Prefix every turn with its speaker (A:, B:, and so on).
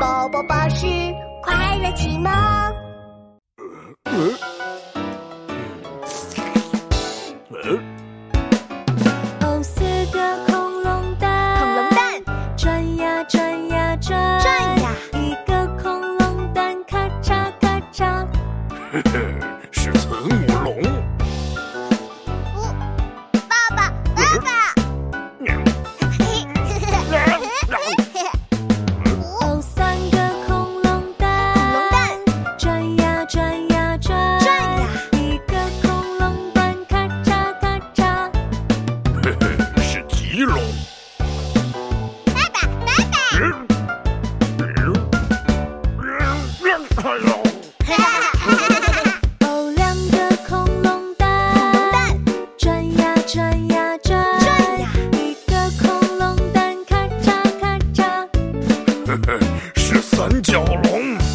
A: 宝宝巴士快乐启蒙。
B: 呃
C: 哦，四个恐龙蛋，
A: 恐龙蛋
C: 转呀转呀转，
A: 转呀
C: 一个恐龙蛋，咔嚓咔嚓。
B: 是子母龙。
A: 爸爸，爸爸，
C: 哦，三个恐龙蛋，
A: 恐龙蛋
C: 转呀转呀转，
A: 转呀
C: 一个恐龙蛋，咔嚓咔嚓。
B: 嘿嘿，是棘龙。爸爸，爸爸。
C: 哦，两个恐龙蛋，恐龙蛋转呀转呀转，转呀一个恐龙蛋，咔嚓咔嚓。
B: 嘿嘿，是三角龙。哎